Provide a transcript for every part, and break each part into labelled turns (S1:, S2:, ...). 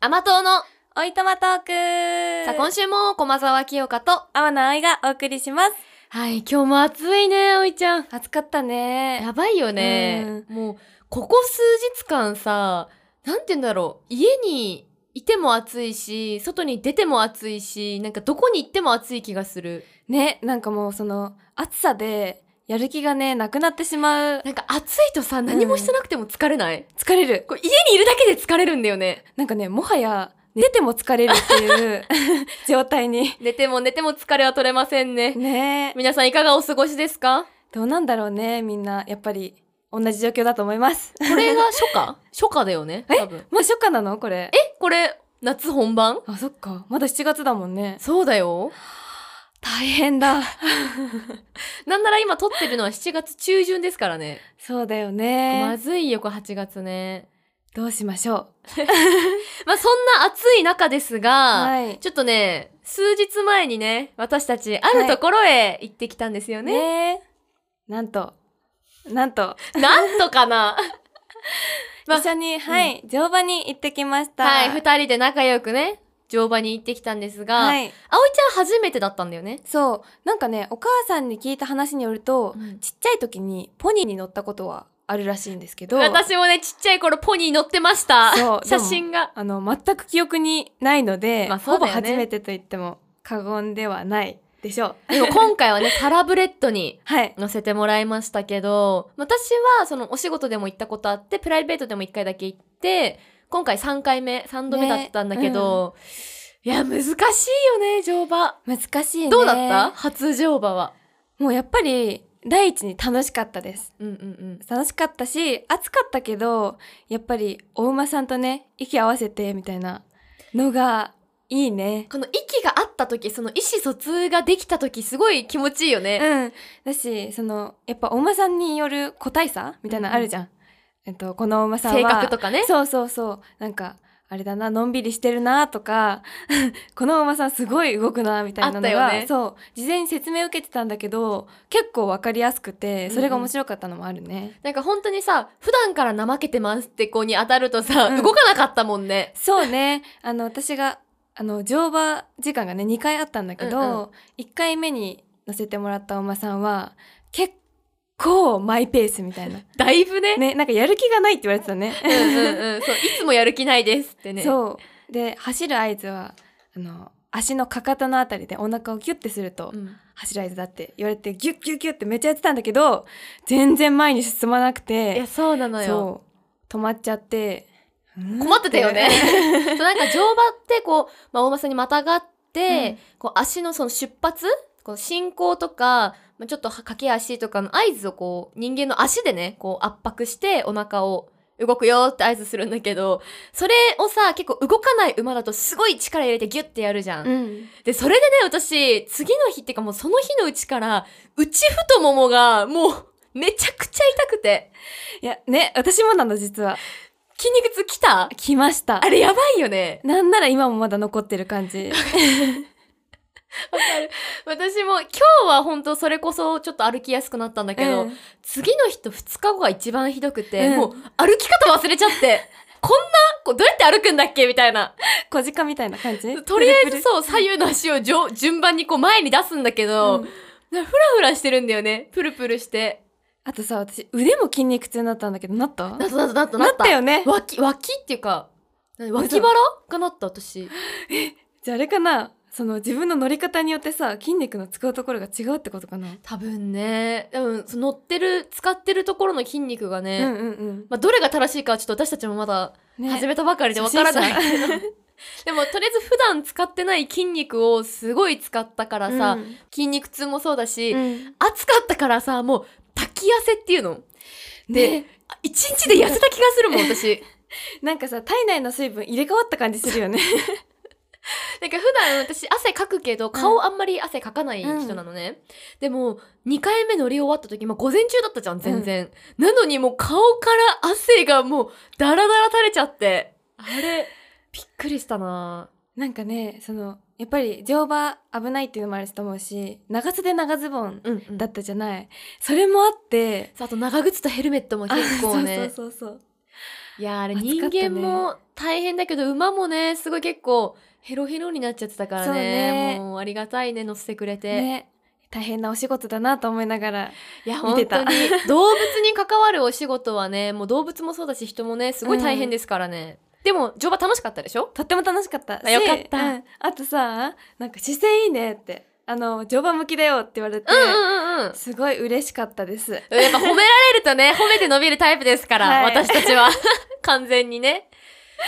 S1: 甘党の、
S2: おいとまトーク
S1: さあ今
S2: 週、
S1: 週も駒沢清香と、
S2: 青野葵がお送りします。
S1: はい、今日も暑いね、おいちゃん。
S2: 暑かったね。
S1: やばいよね。もう、ここ数日間さ、なんて言うんだろう、家にいても暑いし、外に出ても暑いし、なんかどこに行っても暑い気がする。
S2: ね、なんかもうその、暑さで、やる気がね、なくなってしまう。
S1: なんか暑いとさ、何もしてなくても疲れない、
S2: 疲れる。
S1: これ家にいるだけで疲れるんだよね。
S2: なんかね、もはや、寝ても疲れるっていう 状態に。
S1: 寝ても寝ても疲れは取れませんね。
S2: ね
S1: 皆さんいかがお過ごしですか
S2: どうなんだろうね、みんな。やっぱり、同じ状況だと思います。
S1: これが初 夏初夏だよね多分。
S2: もう初夏なのこれ。
S1: えこれ、夏本番
S2: あ、そっか。まだ7月だもんね。
S1: そうだよ。
S2: 大変だ。
S1: なんなら今撮ってるのは7月中旬ですからね。
S2: そうだよ
S1: ま
S2: ね。
S1: ずいよ、これ8月ね。
S2: どうしましょ
S1: まあ、そんな暑い中ですが、
S2: う。はい。
S1: ちょっとね、数日前にね、私たちあるところへ行ってきたんですよね。
S2: ねなんと、なんと、
S1: なんとか な。まあ
S2: 一緒に、はい、乗馬に行ってきました。
S1: はい、二人で仲良くね、乗馬に行ってきたんですが、
S2: はい。
S1: 葵ちゃん初めてだったんだよね。
S2: そう。なんかね、お母さんに聞いた話によると、ちっちゃい時にポニーに乗ったことはあるらしいんですけど、
S1: 私もね、ちっちゃい頃ポニー乗ってました
S2: そう。
S1: 写真が。
S2: あの、全く記憶にないので、
S1: まあそ
S2: ほ
S1: うだ
S2: ぼ
S1: よね
S2: 初めてと言っても過言ではないでしょう。
S1: でも今回はね、サラブレッドに
S2: はい。
S1: 乗せてもらいましたけど、私はそのお仕事でも行ったことあって、プライベートでも1回だけ行って、今回3回目、3度目だったんだけど、いや、難しいよね、乗馬。
S2: 難しいね。
S1: どうだった初乗馬は。
S2: もうやっぱり、第一に楽しかったです。
S1: うんうんうん。
S2: 楽しかったし、暑かったけど、やっぱりお馬さんとね、息合わせてみたいなのがいいね。
S1: この息があった時、その意思疎通ができた時、すごい気持ちいいよね。
S2: うん。だし、その、やっぱお馬さんによる個体差みたいなのあるじゃん。えっと、このお馬さんは。
S1: 性格とかね。
S2: そうそうそう。なんか、あれだな、のんびりしてるなとか、 このお馬さんすごい動くなみたいなの
S1: あっ
S2: が、
S1: たよね
S2: そう、事前に説明受けてたんだけど、結構わかりやすくて、それが面白かったのもあるね。
S1: なんか本当にさ、普段から怠けてますって子に当たるとさ、
S2: うん
S1: 動かなかったもんね。
S2: そうね。 あの、私が、あの、乗馬時間がね、2回あったんだけど、
S1: うんう
S2: 1回目に乗せてもらったお馬さんは、結構マイペースみたいな。
S1: だいぶね。
S2: ね、なんかやる気がないって言われてたね。
S1: うんうんうん。そう、いつもやる気ないですってね。
S2: そう。で、走る合図は、あの、足のかかとのあたりでお腹をキュッてすると、
S1: うん
S2: 走る合図だって言われて、ギュッギュッギュッってめっちゃやってたんだけど、全然前に進まなく
S1: いや、
S2: て、
S1: そうなのよ。
S2: そう、止まっちゃって、
S1: 困ってたよね。
S2: うん。
S1: そうなんか乗馬ってこう、まあ、大馬さんにまたがって、こう足のその出発この進行とか、まあ、ちょっと駆け足とかの合図をこう人間の足でねこう圧迫してお腹を動くよって合図するんだけどそれをさ結構動かない馬だとすごい力入れてギュッてやるじゃん。
S2: うん。
S1: でそれでね私次の日っていうかもうその日のうちから内太ももがもうめちゃくちゃ痛くて
S2: いや、ね、私もなの、実は。
S1: 筋肉痛きた
S2: 来ました
S1: あ。れやばいよね。
S2: なんなら今もまだ残ってる感じ。
S1: 私も今日は本当それこそちょっと歩きやすくなったんだけど、
S2: うん
S1: 次の日と2日後が一番ひどくて、
S2: うん
S1: もう歩き方忘れちゃって、 こんな、こうどうやって歩くんだっけみたいな。
S2: 小鹿みたいな感じ
S1: とりあえ
S2: プル
S1: ず
S2: プル
S1: そう、左右の足をじょ順番にこう前に出すんだけど、
S2: うん
S1: なんかフラフラしてるんだよね。プルプルして。
S2: あとさ、私、腕も筋肉痛になったんだけど、なった
S1: なったなったなった
S2: なったよね。
S1: 脇、脇っていうか、な脇腹がなった私。
S2: じゃああれかなその自分の乗り方によってさ、筋肉の使うところが違うってことかな、
S1: 多分ね、多分その乗ってる、使ってるところの筋肉がね、
S2: うんうん
S1: まあどれが正しいかはちょっと私たちもまだ
S2: うん。ね
S1: 始めたばかりでわからない
S2: 初
S1: けどでもとりあえず普段使ってない筋肉をすごい使ったからさ、
S2: うん
S1: 筋肉痛もそうだし、
S2: うん
S1: 暑かったからさもう滝痩せっていうので、
S2: ね
S1: あ一日で痩せた気がするもん 私
S2: なんかさ、体内の水分入れ替わった感じする よね。
S1: なんか普段私汗かくけど顔あんまり汗かかない人なのね、でも2回目乗り終わった時、まあ、午前中だったじゃん全然、なのにもう顔から汗がもうダラダラ垂れちゃってあれびっくりしたな
S2: なんかね、その、やっぱり乗馬危ないっていうのもあると思うし、長袖長ズボン
S1: うん、うん、
S2: だったじゃない。それもあって、
S1: そうあと長靴とヘルメットも結構ね
S2: あそうそうそうそう
S1: いやーあれ
S2: 暑
S1: 人
S2: かったね
S1: 間も大変だけど馬もねすごい結構ヘロヘロになっちゃってたから
S2: そう
S1: ね
S2: ね
S1: もうありがたいね乗せてくれて、
S2: ね大変なお仕事だなと思いながら
S1: いや
S2: 見
S1: 本
S2: て
S1: 当
S2: た
S1: に動物に関わるお仕事はねもう動物もそうだし人もねすごい大変ですからね、でも乗馬楽しかったでしょ
S2: とっても楽しかった
S1: あよかった
S2: しうんあとさなんか姿勢いいねってあの乗馬向きだよって言われて、
S1: うんうんうんうん
S2: すごい嬉しかったです
S1: やっぱ褒められるとね、褒めて伸びるタイプですから、
S2: はい
S1: 私たちは。 完全にね。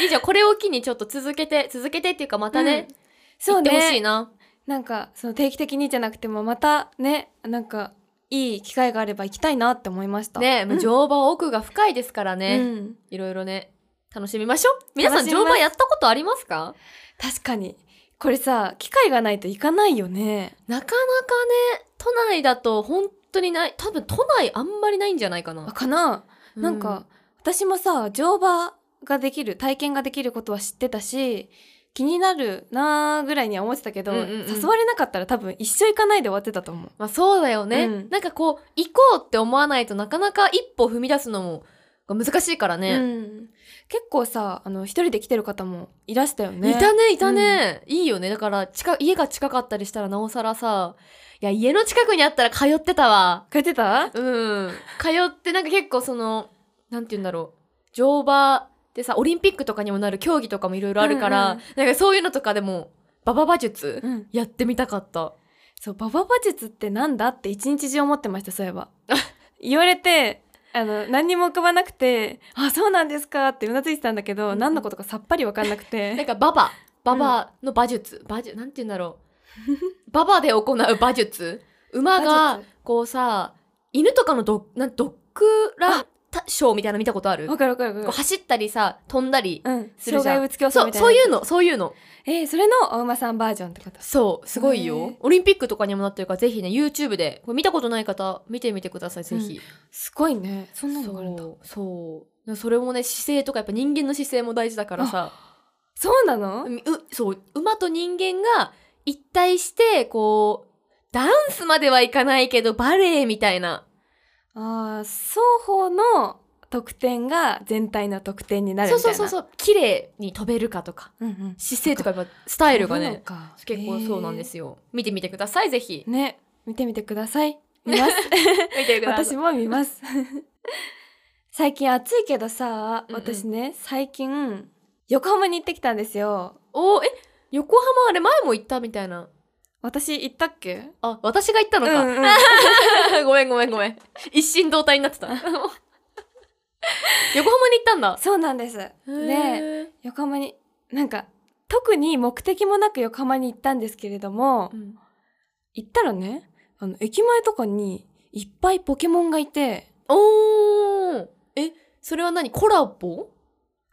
S1: いいじゃん、これを機にちょっと続けて、続けてっていうかまたね、
S2: うん
S1: 行
S2: そう
S1: ってほしい
S2: ね
S1: な。
S2: なんかその定期的にじゃなくてもまたねなんかいい機会があれば行きたいなって思いました
S1: ね、もう乗馬は奥が深いですから
S2: うん
S1: ね。
S2: うん
S1: いろいろね、楽しみましょう。皆さん
S2: 楽しみ
S1: 乗
S2: ま
S1: 馬
S2: す
S1: やったことありますか
S2: 確かにこれさ機会がないと行かないよね
S1: なかなかね、都内だと本当にない、多分都内あんまりないんじゃないか
S2: あ
S1: な。
S2: かな、なんか私もさ乗馬ができる体験ができることは知ってたし気になるなーぐらいには思ってたけど、
S1: うんうんうん
S2: 誘われなかったら多分一生行かないで終わってたと思う
S1: まあそうだよね、
S2: うん
S1: なんかこう、行こうって思わないとなかなか一歩踏み出すのも難しいからね。
S2: うん、結構さあの一人で来てる方もいらしたよね
S1: いたねいたね、いいよねだから近家が近かったりしたらなおさらさいや家の近くにあったら通ってたわ
S2: 帰ってた
S1: うん通ってなんか結構そのなんて言うんだろう乗馬でさオリンピックとかにもなる競技とかもいろいろあるから、
S2: うん
S1: なんかそういうのとかでもババ馬術
S2: うん
S1: やってみたかった
S2: そうババ馬術ってなんだって一日中思ってましたそういえば 言われてあの何にも浮かばなくて「あそうなんですか」ってうなずいてたんだけど、
S1: うんうん
S2: 何のことかさっぱり分かんなく
S1: なん
S2: て
S1: かババババの馬術馬術なんて言うんだろうババで行う馬術馬
S2: 馬
S1: が
S2: 術
S1: こうさ犬とかのドッなんドッグランたショーみたいなの見たことある
S2: 分かる分かる分
S1: こう
S2: かる、
S1: 走ったりさ飛んだり、
S2: うん、
S1: する
S2: 障
S1: じゃん
S2: 害物競争
S1: そ
S2: み
S1: う
S2: たいな
S1: そういうのそういうの
S2: えーそれのお馬さんバージョンってこと
S1: そうすごいよ、
S2: へー
S1: オリンピックとかにもなってるからぜひね YouTube でこれ見たことない方見てみてくださいぜひ、
S2: すごいねそんなのがあるんだ
S1: そうそうそれもね姿勢とかやっぱ人間の姿勢も大事だからさ
S2: そうなの、
S1: うそう馬と人間が一体してこうダンスまではいかないけどバレエみたいな
S2: あー双方の得点が全体の得点になるみ
S1: そう
S2: たい
S1: そ
S2: な
S1: うそう
S2: う
S1: そう綺麗に飛べるかとか
S2: そう、うんうん、
S1: 姿勢とかやっぱスタイルが
S2: そうな
S1: ね
S2: のか
S1: 結構そうなんですよ見てみてくださいぜひ
S2: へーね見てみてくだ さい 見ます
S1: 見てください
S2: 私も見ます。 最近暑いけどさ、
S1: うんうん
S2: 私ね、最近、横浜に行ってきたんですよ。
S1: おーえ横浜あれ前も行ったみたいな
S2: 私行ったっけ
S1: あ私が行ったのか、
S2: うんう ん
S1: ごめんごめんごめん一心同体になってた 横浜に行ったんだ
S2: そうなんです。で、
S1: へー
S2: 横浜に、なんか、特に目的もなく横浜に行ったんですけれども
S1: う、ん
S2: 行ったらね、あの、駅前とかにいっぱいポケモンがいて、
S1: おーえそれは何コラボ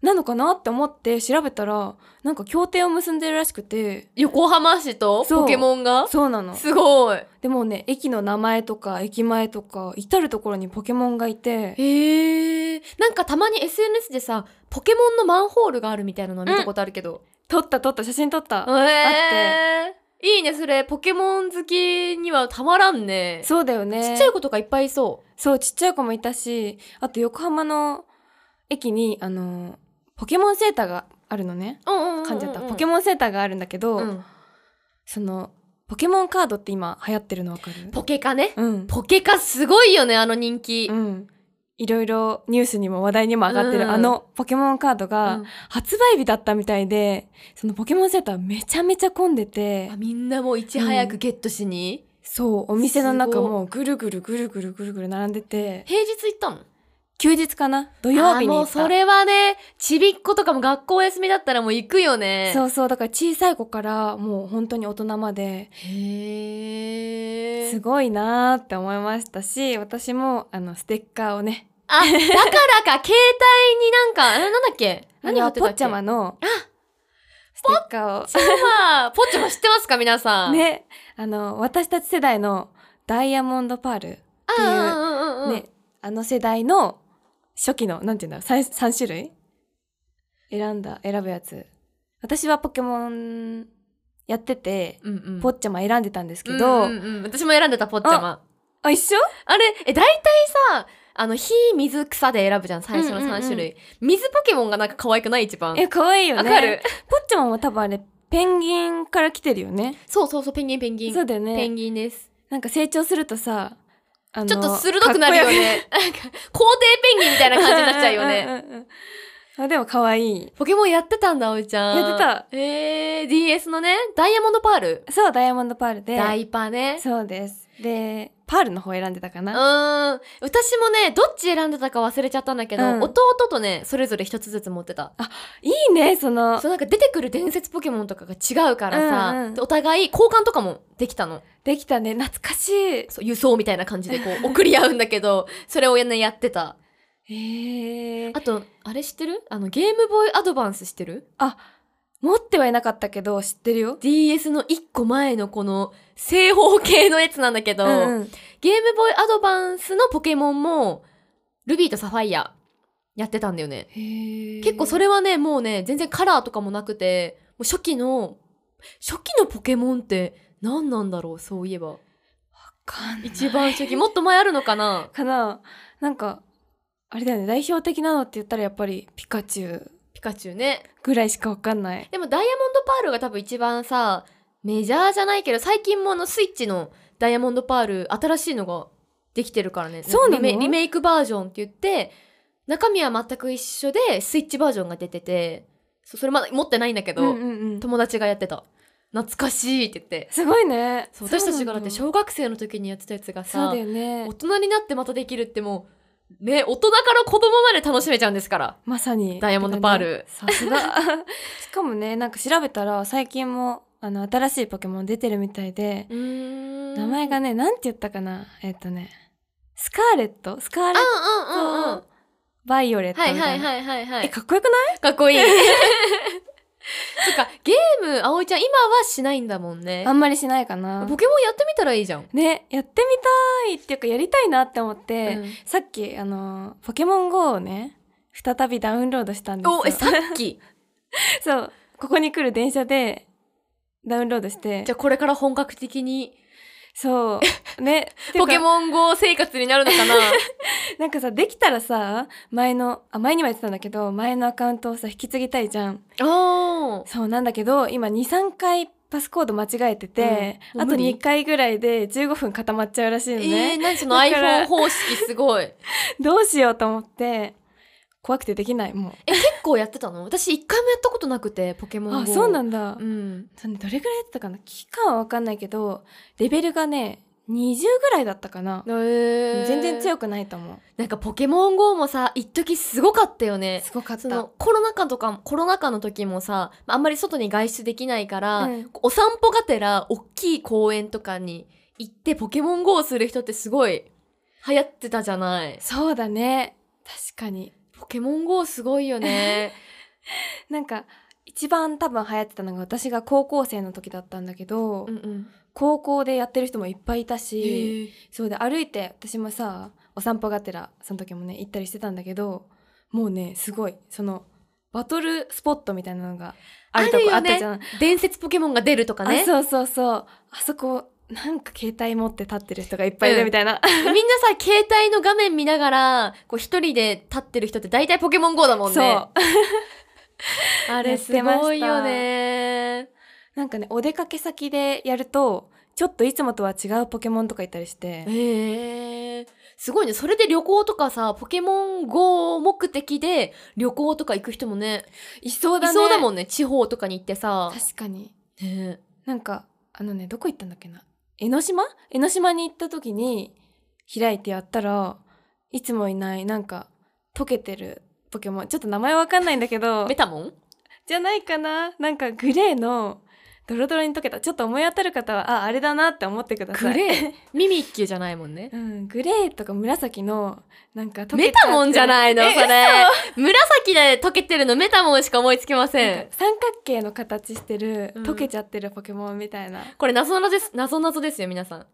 S2: なのかなって思って調べたら、なんか協定を結んでるらしくて、
S1: 横浜市と
S2: そう
S1: ポケモンが
S2: そうなの。
S1: すごい
S2: でもうね、駅の名前とか駅前とか、至る所にポケモンがいて、
S1: へえなんかたまに SNS でさポケモンのマンホールがあるみたいなのは見たことあるけど、
S2: 撮った撮った写真撮った、
S1: えー、いいねそれポケモン好きにはたまらんね
S2: そうだよね
S1: ちっちゃい子とかいっぱいいそ
S2: そうちっちゃい子もいたしあと横浜の駅にあのポケモンセーターがあるのね
S1: う。うん
S2: 噛んじゃった、ポ
S1: ポ
S2: ケ
S1: ケモ
S2: モンセーターがあるんだけど、
S1: ン、
S2: そのポケモンカードって今流行ってるのわかる
S1: ポケカね。
S2: うん、
S1: ポケカすごいよね、あの人気。
S2: うん、いろいろニュースにも話題にも上がってる、
S1: うん
S2: あのポケモンカード
S1: う
S2: が
S1: ん
S2: 発売日だったみたいでそのポケモンセーターめちゃめちゃ混んでて
S1: あみんなもういち早くゲットしに。
S2: そうお店の
S1: す
S2: 中
S1: ごい
S2: もうぐるぐるぐるぐるぐるぐる並んでて
S1: 平日行ったの
S2: 休日かな土
S1: あ
S2: 曜日に
S1: ー
S2: 行
S1: も
S2: っ
S1: う
S2: た
S1: それはね、ちびっことかも学校休みだったらもう行くよね。
S2: そうそうだから小さい子からもう本当に大人まで
S1: へ
S2: す
S1: ー。
S2: ごいなーって思いましたし私もあのステッカーをね
S1: あ、だからか、 携帯になんか、あなんだっけ何貼っ
S2: あの
S1: て
S2: ポ
S1: た
S2: ッ
S1: っ
S2: チ
S1: け
S2: ャマのステッカー
S1: マ。ポッチャマ知ってますか皆さ
S2: を
S1: ん。。
S2: ねあの私たち世代のダイヤモンドパール、
S1: あーうんうんうんうん。
S2: ねあの世代の初期のなんていうんだろう 3, 三種類選んだ選ぶやつ私はポケモンやってて、
S1: うんうん。
S2: ポッ
S1: チ
S2: チャマ選んでたんですけ
S1: ャ
S2: ど、
S1: うんうんうん。私も選んでた、ポッチャマ。
S2: あ一緒
S1: あれ、え、大体さ、あの、火、水、草で選ぶじゃん、最初の
S2: うんうんうん
S1: 3種類。水ポケモンがなんか可愛くない一番。
S2: え、可愛いよ
S1: わ
S2: ね。
S1: かる
S2: ポッチャマも多分あれ、ペンギンから来てるよね。
S1: そうそうそう、ペンギン、ペンギン。
S2: そうだよ
S1: ペン
S2: ね。
S1: ギンです。
S2: なんか成長するとさ、あの
S1: ちょっと鋭くなるよ。ね。なんか、皇帝ペンギンみたいな
S2: かっこ
S1: 感じ
S2: よく
S1: になっちゃうよね。
S2: んうんうんうんあでも可愛い。
S1: ポケモンやってたんだ、おいちゃん。
S2: やってた。
S1: えー、DS のね、ダイヤモンドパール。
S2: そう、ダイヤモンドパールで。
S1: ダイパね。
S2: そうです。で、パールの方選んでたか
S1: う
S2: な。
S1: ーん。私もね、どっち選んでたか忘れちゃったんだけど、
S2: うん
S1: 弟とね、それぞれ一つずつ持ってた。
S2: いいね、その
S1: そ、うなんか出てくる伝説ポケモンとかが違うからさ、
S2: うんうん
S1: でお互い交換とかもできたの。
S2: できたね、懐かしい。
S1: そう輸送みたいな感じでこう送り合うんだけ ど、それをね、やってた。
S2: へえ
S1: あ。と、あれ知ってるあの、ゲームボーイアドバンス知ってる
S2: 持ってはいなかったけど、知ってるよ。
S1: ?DS の一個前のこの正方形のやつなんだけど、
S2: うんうん
S1: ゲームボーイアドバンスのポケモンも、ルビーとサファイアやってたんだよね。
S2: へえ。
S1: 結構それはね、もうね、全然カラーとかもなくて、もう初期の、初期のポケモンって何なんだろう、そういえば。
S2: かんない
S1: 一番初期、もっと前あるのかな
S2: かななんかあれだよね代表的なのって言ったらやっぱりピカチュウ
S1: ピカチュウね。
S2: ぐらいしかわかんない
S1: でもダイヤモンドパールが多分一番さ、メジャーじゃないけど、最近もあのスイッチのダイヤモンドパール、新しいのができてるからね。
S2: そうなの
S1: リメリメイクバージョンって言って、中身は全く一緒で、スイッチバージョンが出てて、そうそれまだ持ってないんだけど、
S2: うんうんうん
S1: 友達がやってた。懐かしいって言って。
S2: すごいね
S1: そう私たちがだって
S2: 学
S1: 小学生の時にやってたやつが
S2: そう
S1: さ、
S2: だよね
S1: 大人になってまたできるってもう、ね、大人から子供まで楽しめちゃうんですから。
S2: まさに
S1: ダイヤモンドパール
S2: さ すがしかもねなんか調べたら最近もあの新しいポケモン出てるみたいで名
S1: 名
S2: 前が
S1: ね、
S2: ねなんて言ったかなえっとねスカーレットスカーレッ
S1: あうんうんうんうん
S2: ト。バイオレットみ
S1: は
S2: たい
S1: い
S2: な、
S1: はいはいはいは
S2: え
S1: い。
S2: かっこよくない
S1: かっこいい。 そっか、ゲーム、葵ちゃん、今はしないんだもんね
S2: あ。んまりしないかな
S1: ポケモンやってみたらいいじゃん。
S2: ねやってみたいっていうかやりたいなって思って、
S1: うん
S2: さっきあのポケモン GO をね再びダウンロードしたんですよ
S1: お、え、さっ き。
S2: そうここに来る電車でダウンロードして
S1: じゃあこれから本格的に、
S2: そ うね
S1: ポケ
S2: ン
S1: モン GO 生活になるの かな
S2: なんかさできたらさ前のあ前にも言ってたんだけど前のアカウントをさ引き継ぎたいじゃん
S1: あー。
S2: そうなんだけど今23回パスコード間違えてて、
S1: うん
S2: あ
S1: も
S2: と
S1: う無理
S2: 2回ぐらいで15分固まっちゃうらしい
S1: え
S2: の
S1: ー、
S2: ね、
S1: 何その
S2: だから
S1: iPhone 方式すごい。
S2: どうしようと思って怖くてできないも
S1: え、結構やってたの私一回もやったことなくて、ポケモ
S2: う
S1: ン GO。
S2: あそうなんん
S1: う
S2: だ
S1: ん。
S2: そのどれぐらいだったかな期間は分かんないけどレベルがね20ぐらいだったかな
S1: え、ー、
S2: 全然
S1: く。
S2: 強くないと思う
S1: なんかポケモン GO もさ、一時すごかったよね。
S2: すごかっ
S1: そ
S2: た
S1: のコロナ禍とかもコロナ禍の時もさまああんまり外に外出できないから、
S2: うん
S1: お散歩がてら大きい公園とかに行ってポケモン GO をする人ってすごい流行ってたじゃない
S2: そうだね確かに
S1: ポケモン GO すごいよね
S2: なんか一番多分流行ってたのが私が高校生の時だったんだけ ど、
S1: うんうん
S2: 高校でやってる人もいっぱいいたし
S1: へえ
S2: そうで歩いて私もさお散歩がてらその時もね行ったりしてたんだけどもうねすごいそのバトルスポットみたいなのがあるとこあ
S1: あ
S2: っ
S1: るよね
S2: たじゃん、
S1: 伝説ポケモンが出るとかね
S2: あそうそうそうあそこなんか携帯持って立ってる人がいっぱいいるみたいな、
S1: みんなさ携帯の画面見ながらこう一人で立ってる人って大体ポケモン GO だもんね
S2: そう
S1: あれすごいよね
S2: なんかねお出かけ先でやるとちょっといつもとは違うポケモンとかいたりして
S1: へえー、すごいねそれで旅行とかさポケモン GO 目的で旅行とか行く人もね
S2: いそうだね
S1: いそうだも
S2: ん
S1: んね地方とかに行ってさ、
S2: 確かに
S1: ね、
S2: なんかあのねどこ行ったんだっけな江ノ島江ノ島に行った時に開いてやったらいつもいないなんか溶けてるポケモンちょっと名前わかんないんだ けど
S1: メタモン
S2: じゃないかななんかグレーのドロドロに溶けたちょっと思い当たる方はああれだなって思ってください
S1: グレーミミッキュじゃないもんね
S2: うん、グレーとか紫のなんか溶
S1: メタモンじゃ
S2: い
S1: ないの
S2: え
S1: それ紫で溶けてるのメタモンしか思いつきません
S2: 三角形の形してる、
S1: うん
S2: 溶けちゃってるポケモンみたいな
S1: これ謎々です謎々ですよ皆さん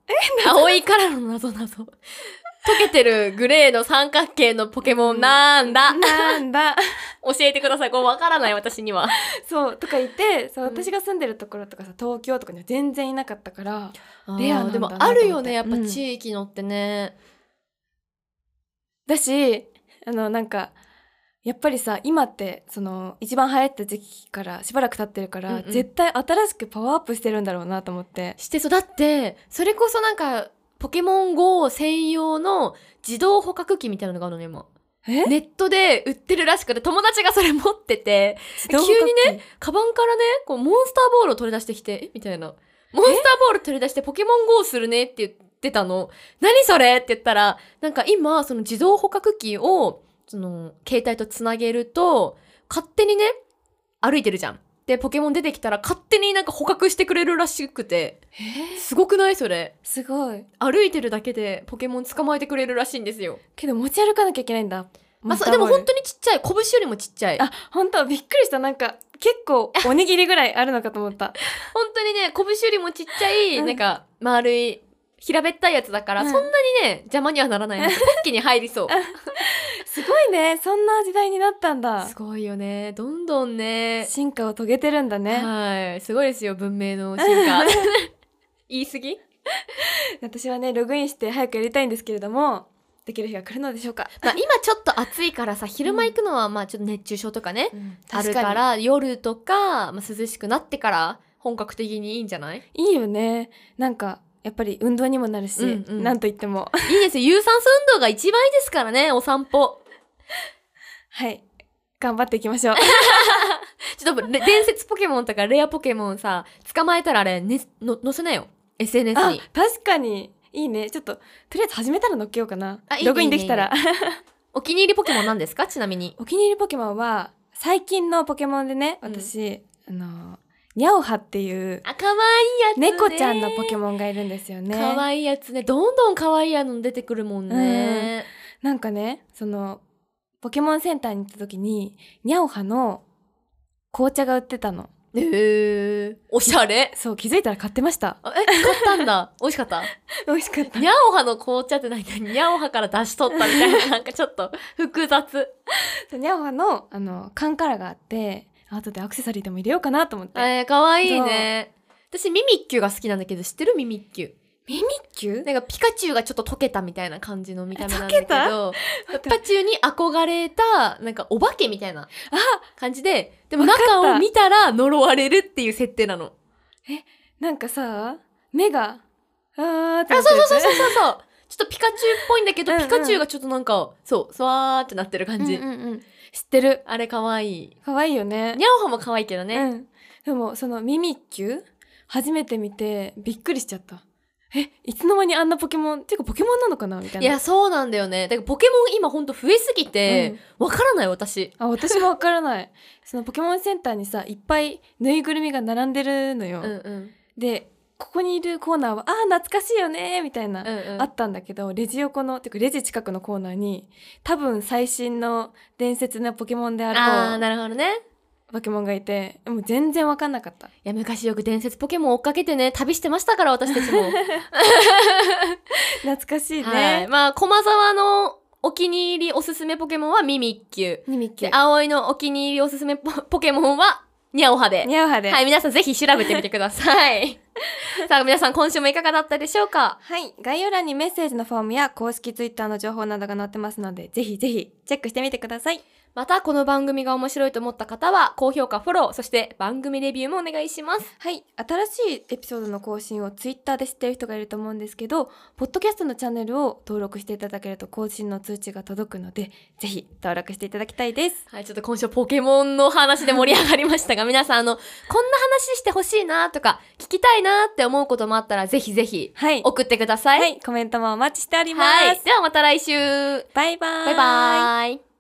S1: え葵からの謎々溶けてるグレーの三角形のポケモンなんだ、
S2: なんだ
S1: 教えてくださいこれわからない私には
S2: そうとかいてそう
S1: うん
S2: 私が住んでるところとかさ東京とかには全然いなかったから
S1: あー
S2: レアなんだな
S1: でも
S2: と思って
S1: あるよねやっぱ
S2: うん
S1: 地域のってね、
S2: だしあのなんかやっぱりさ今ってその一番流行った時期からしばらく経ってるから、
S1: うんうん
S2: 絶対新しくパワーアップしてるんだろうなと思って
S1: してそうだってそれこそなんかポケモン GO 専用の自動捕獲器みたいなのがあるのね今
S2: え
S1: ネットで売ってるらしくて友達がそれ持ってて急に
S2: ね
S1: カバンからねこうモンスターボールを取り出してきてえみたいなモンスターボール取り出してポケモン GO するねって言ってたの何それって言ったらなんか今その自動捕獲器をその携帯とつなげると勝手にね歩いてるじゃんでポケモン出てきたら勝手になんか捕獲してくれるらしくて
S2: え
S1: すごくないそれ
S2: すごい
S1: 歩いてるだけでポケモン捕まえてくれるらしいんですよ。
S2: けど持ち歩かなきゃいけないんだ
S1: まあ、そうでも本当
S2: 当
S1: にちっちゃい拳よりもちっちゃい
S2: あ本当びっくりしたなんか結構おにぎりぐらいあるのかと思った
S1: 本当にね拳よりもちっちゃい、
S2: うん
S1: なんか丸い平べったいやつだから、
S2: うん
S1: そんなにね邪魔にはならないのポッキーに入りそう
S2: すごいねそんな時代になったんだ
S1: すごいよねどんどんね
S2: 進化を遂げてるんだね
S1: はいすごいですよ文明の進化 言い過ぎ、
S2: 私はねログインして早くやりたいんですけれどもできる日が来るのでしょうか、
S1: まあ、今ちょっと暑いからさ昼間行くのはまあちょっと熱中症とかね、ある
S2: 確
S1: か
S2: に
S1: ら夜とか、まあ、涼しくなってから本格的にいいんじゃ ないい
S2: いいよねなんかやっぱり運動にもなるし、
S1: うんうん
S2: なんといっても
S1: いですよ有酸素運動が一番いいですからねお散歩
S2: はい頑張っていきましょう
S1: ちょっとレ伝説ポケモンとかレアポケモンさ、捕まえたらあれ、ね、の、載せなよ。SNS
S2: あ
S1: に。
S2: 確かにいいねちょっととりあえず始めたら乗っけようかな
S1: あいいね
S2: ログインできたら
S1: お気に入りポケモンなんですかちなみに。
S2: お気に入りポケモンは最近のポケモンでね
S1: うん
S2: 私、あのニャオハっていう
S1: あ、可愛いやつね。
S2: 猫ちゃんのポケモンがいるんですよね。
S1: 可愛いやつね。どんどん可愛いやの出てくるもんね。
S2: なんかねそのポケモンセンターに行った時にニャオハの紅茶が売ってたの
S1: へえー。おしゃれ。
S2: そう気づいたら買ってました
S1: あえ、買ったんだ。 美味しかった。
S2: 美味しかった
S1: ニャオハの紅茶ってなんか、ニャオハから出しとったみた いな、なんかちょっと複雑。
S2: ニャオハのあの缶からがあって後でアクセサリーでも入れようかなと思って、
S1: えー、可愛いね。私、ミミッキュが好きなんだけど、知ってるミミッキュ。
S2: ミミッキュ
S1: なんかピカチュウがちょっと溶けたみたいな感じの見た目なんだけ
S2: 溶けた
S1: ど、ピカチュウに憧れた、なんかお化けみたいな感じで、でも
S2: わかった
S1: 中を見たら呪われるっていう設定なの。
S2: なんかさ目があーって
S1: あ、
S2: な
S1: そう
S2: ってる
S1: そう
S2: やつ
S1: そうそうそうそう。ちょっとピカチュウっぽいんだけど、
S2: うんうん
S1: ピカチュウがちょっとなんか、そう、そわーってなってる感じ。
S2: うんうんうん知
S1: 知
S2: っ
S1: ってて
S2: る
S1: るあれ可愛い。
S2: 可愛いよね
S1: ニャオハも可愛いけどね。
S2: うん、でもそのミミッキュ初めて見てびっくりしちゃったえいつの間にあんなポケモンっていうかポケモンなのかなみたいない
S1: や、そうなんだよね。だからポケモン今ほんと増えすぎて、わからない私。
S2: うんあ私もわからない そのポケモンセンターにさいっぱいぬいぐるみが並んでるの
S1: う
S2: よ、
S1: んうん。
S2: でここにいるコーナーはあー懐かしいよねみたいな、
S1: うんうん。
S2: あったんだけどレジ横のてかレジ近くのコーナーに多分最新の伝説のポケモンで
S1: あ
S2: あ
S1: ー、
S2: る
S1: なるほどね。
S2: ポケモンがいてもう全然わかんなかった
S1: いや、昔よく伝説ポケモン追っかけてね、旅してましたから、私たちも。
S2: 懐かしいね、
S1: はい。まあ、駒沢のお気に入りおすすめポケモンはミミッキュ。
S2: ミミッキ
S1: で、
S2: ュ
S1: 葵のお気に入りおすすめポポケモンはニャオハで。
S2: ニャオハで
S1: はい、皆さんぜひ調べてみてください。さあ、皆さん今週もいかがだったでしょうか
S2: はい。概要欄にメッセージのフォームや公式ツイッターの情報などが載ってますので、ぜひぜひチェックしてみてください。
S1: また、この番組が面白いと思った方は、高評価、フォロー、そして番組レビューもお願いします。
S2: はい。新しいエピソードの更新をツイッターで知ってる人がいると思うんですけど、ポッドキャストのチャンネルを登録していただけると更新の通知が届くので、ぜひ登録していただきたいです。
S1: はい、ちょっと今週ポケモンの話で盛り上がりましたが、皆さん、あの、こんな話してほしいなとか、聞きたいなって思うこともあったら、ぜひぜひ、
S2: はい。
S1: 送ってください。
S2: はい。コメントもお待ちしております。
S1: はい。ではまた来週。
S2: バイバーイ。
S1: バイバーイ。